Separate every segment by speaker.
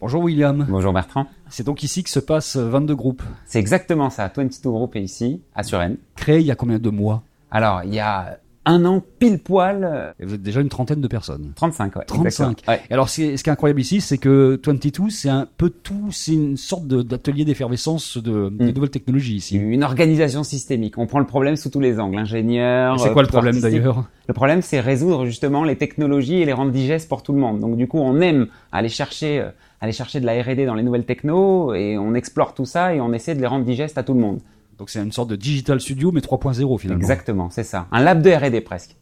Speaker 1: Bonjour William.
Speaker 2: Bonjour Bertrand.
Speaker 1: C'est donc ici que se passent 22 groupes,
Speaker 2: C'est exactement ça. 22 Group est ici, à Suresnes.
Speaker 1: créés il y a combien de mois
Speaker 2: Alors, il y a un an pile poil, euh,
Speaker 1: Et vous êtes déjà une trentaine de personnes.
Speaker 2: 35, ouais.
Speaker 1: 35.
Speaker 2: exactement. Ouais.
Speaker 1: Et alors, c'est- ce qui est incroyable ici, c'est que 22, c'est un peu tout, c'est une sorte de- d'atelier d'effervescence de, des
Speaker 2: Mm.
Speaker 1: nouvelles technologies
Speaker 2: C'est
Speaker 1: ici.
Speaker 2: Une organisation systémique. On prend le problème sous tous les angles. Ingénieur.
Speaker 1: Et C'est
Speaker 2: euh,
Speaker 1: quoi le problème
Speaker 2: artistique.
Speaker 1: d'ailleurs
Speaker 2: Le problème, c'est résoudre justement les technologies et les rendre digestes pour tout le monde. Donc du coup, on aime aller chercher, euh, aller chercher de la R&D dans les nouvelles technos et on explore tout ça et on essaie de les rendre digestes à tout le monde.
Speaker 1: Donc, c'est une sorte de digital studio, mais 3.0 finalement.
Speaker 2: Exactement, c'est ça. Un lab de R&D presque.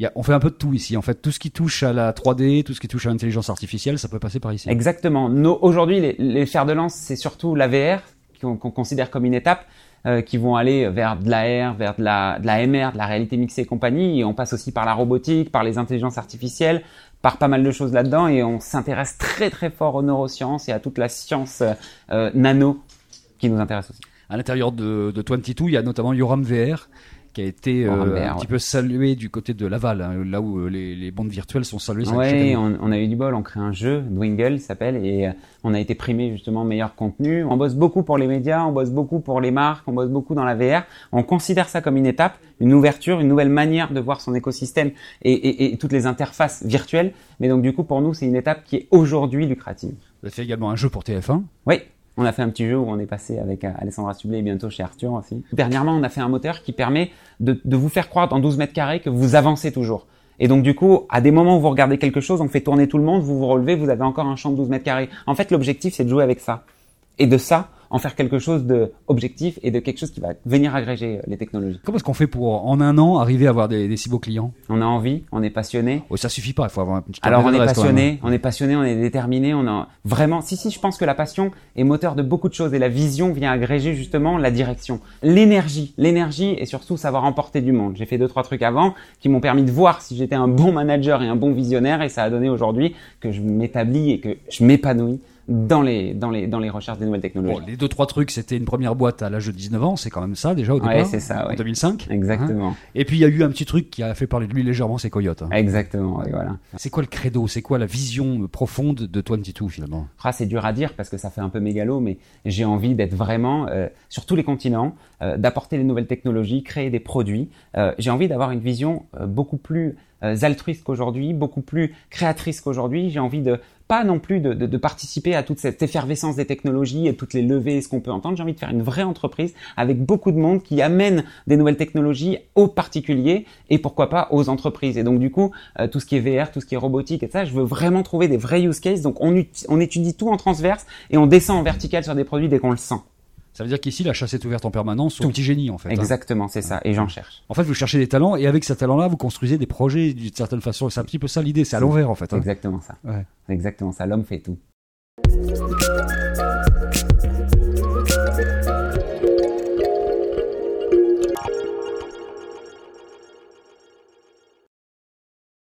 Speaker 1: Il y a- on fait un peu de tout ici. En fait, tout ce qui touche à la 3D, tout ce qui touche à l'intelligence artificielle, ça peut passer par ici.
Speaker 2: Exactement. Nos- Aujourd'hui, les, les fers de lance, c'est surtout la VR qu'on qu'on considère comme une étape, euh, qui vont aller vers de la R, vers de la, de la MR, de la réalité mixée et compagnie. Et on passe aussi par la robotique, par les intelligences artificielles, par pas mal de choses là-dedans. Et on s'intéresse très très fort aux neurosciences et à toute la science euh, euh, nano qui nous intéresse aussi.
Speaker 1: À l'intérieur de, de 22, il y a notamment Yoram VR qui a été
Speaker 2: Yoram
Speaker 1: euh, un
Speaker 2: VR,
Speaker 1: petit peu salué du côté de Laval, hein, là où euh, les, les bandes virtuelles sont saluées. chaque- chaque
Speaker 2: Ouais,
Speaker 1: année.
Speaker 2: on, on a eu du bol, on crée un jeu, Dwingle s'appelle, et euh, on a été primé justement meilleur contenu. On bosse beaucoup pour les médias, on bosse beaucoup pour les marques, on bosse beaucoup dans la VR. On considère ça comme une étape, une ouverture, une nouvelle manière de voir son écosystème et, et- et toutes les interfaces virtuelles. Mais donc du coup, pour nous, c'est une étape qui est aujourd'hui lucrative.
Speaker 1: Vous avez fait également un jeu pour TF1.
Speaker 2: Oui, on a fait un petit jeu où on est passé avec euh, Alessandra Sublet et bientôt chez Arthur aussi. Dernièrement, on a fait un moteur qui permet de, de vous faire croire dans 12 mètres carrés que vous avancez toujours. Et donc du coup, à des moments où vous regardez quelque chose, on fait tourner tout le monde, vous vous relevez, vous avez encore un champ de 12 mètres carrés. En fait, l'objectif, c'est de jouer avec ça. Et de ça, en faire quelque chose de objectif et de quelque chose qui va venir agréger euh, les technologies.
Speaker 1: Comment est-ce qu'on fait pour, en un an, arriver à avoir des, des si beaux clients
Speaker 2: On a envie, on est passionné,
Speaker 1: oh, Ça suffit pas, il faut avoir un petit carnet
Speaker 2: Alors on est
Speaker 1: d'adresse, quand même.
Speaker 2: passionné, on est passionné, on est déterminé, on a vraiment. Si si, je pense que la passion est moteur de beaucoup de choses et la vision vient agréger justement la direction, l'énergie, l'énergie et surtout savoir emporter du monde. J'ai fait deux trois trucs avant qui m'ont permis de voir si j'étais un bon manager et un bon visionnaire et ça a donné aujourd'hui que je m'établis et que je m'épanouis dans les dans les dans les recherches des nouvelles
Speaker 1: Bon,
Speaker 2: technologies.
Speaker 1: les deux, trois trucs, c'était une première boîte à l'âge de 19 ans, c'est quand même ça déjà au départ,
Speaker 2: ouais, c'est ça,
Speaker 1: en
Speaker 2: ouais.
Speaker 1: 2005. hein.
Speaker 2: Exactement,
Speaker 1: Et puis il y a eu un petit truc qui a fait parler de lui légèrement, c'est Coyote. hein.
Speaker 2: exactement, et voilà.
Speaker 1: C'est quoi le credo C'est quoi la vision profonde de 22 finalement
Speaker 2: Ah, c'est dur à dire parce que ça fait un peu mégalo, mais j'ai envie d'être vraiment euh, sur tous les continents, euh, d'apporter les nouvelles technologies, créer des produits. Euh, j'ai envie d'avoir une vision euh, beaucoup plus euh, altruiste qu'aujourd'hui, beaucoup plus créatrice qu'aujourd'hui. J'ai envie de pas non plus de, de- de participer à toute cette effervescence des technologies et toutes les levées, et ce qu'on peut entendre. J'ai envie de faire une vraie entreprise avec beaucoup de monde qui amène des nouvelles technologies aux particuliers et pourquoi pas aux entreprises. Et donc du coup, euh, tout ce qui est VR, tout ce qui est robotique et ça, je veux vraiment trouver des vrais use cases. Donc on, ut- on étudie tout en transverse et on descend en vertical sur des produits dès qu'on le sent.
Speaker 1: Ça veut dire qu'ici, la chasse est ouverte en permanence au petit génie en fait. hein.
Speaker 2: Exactement, c'est ça. Et j'en cherche.
Speaker 1: En fait, vous cherchez des talents et avec ces talents-là, vous construisez des projets d'une certaine façon. C'est un petit peu ça l'idée, c'est à l'envers en fait.
Speaker 2: C'est
Speaker 1: hein.
Speaker 2: exactement ça.
Speaker 1: Ouais.
Speaker 2: C'est exactement ça. L'homme fait tout.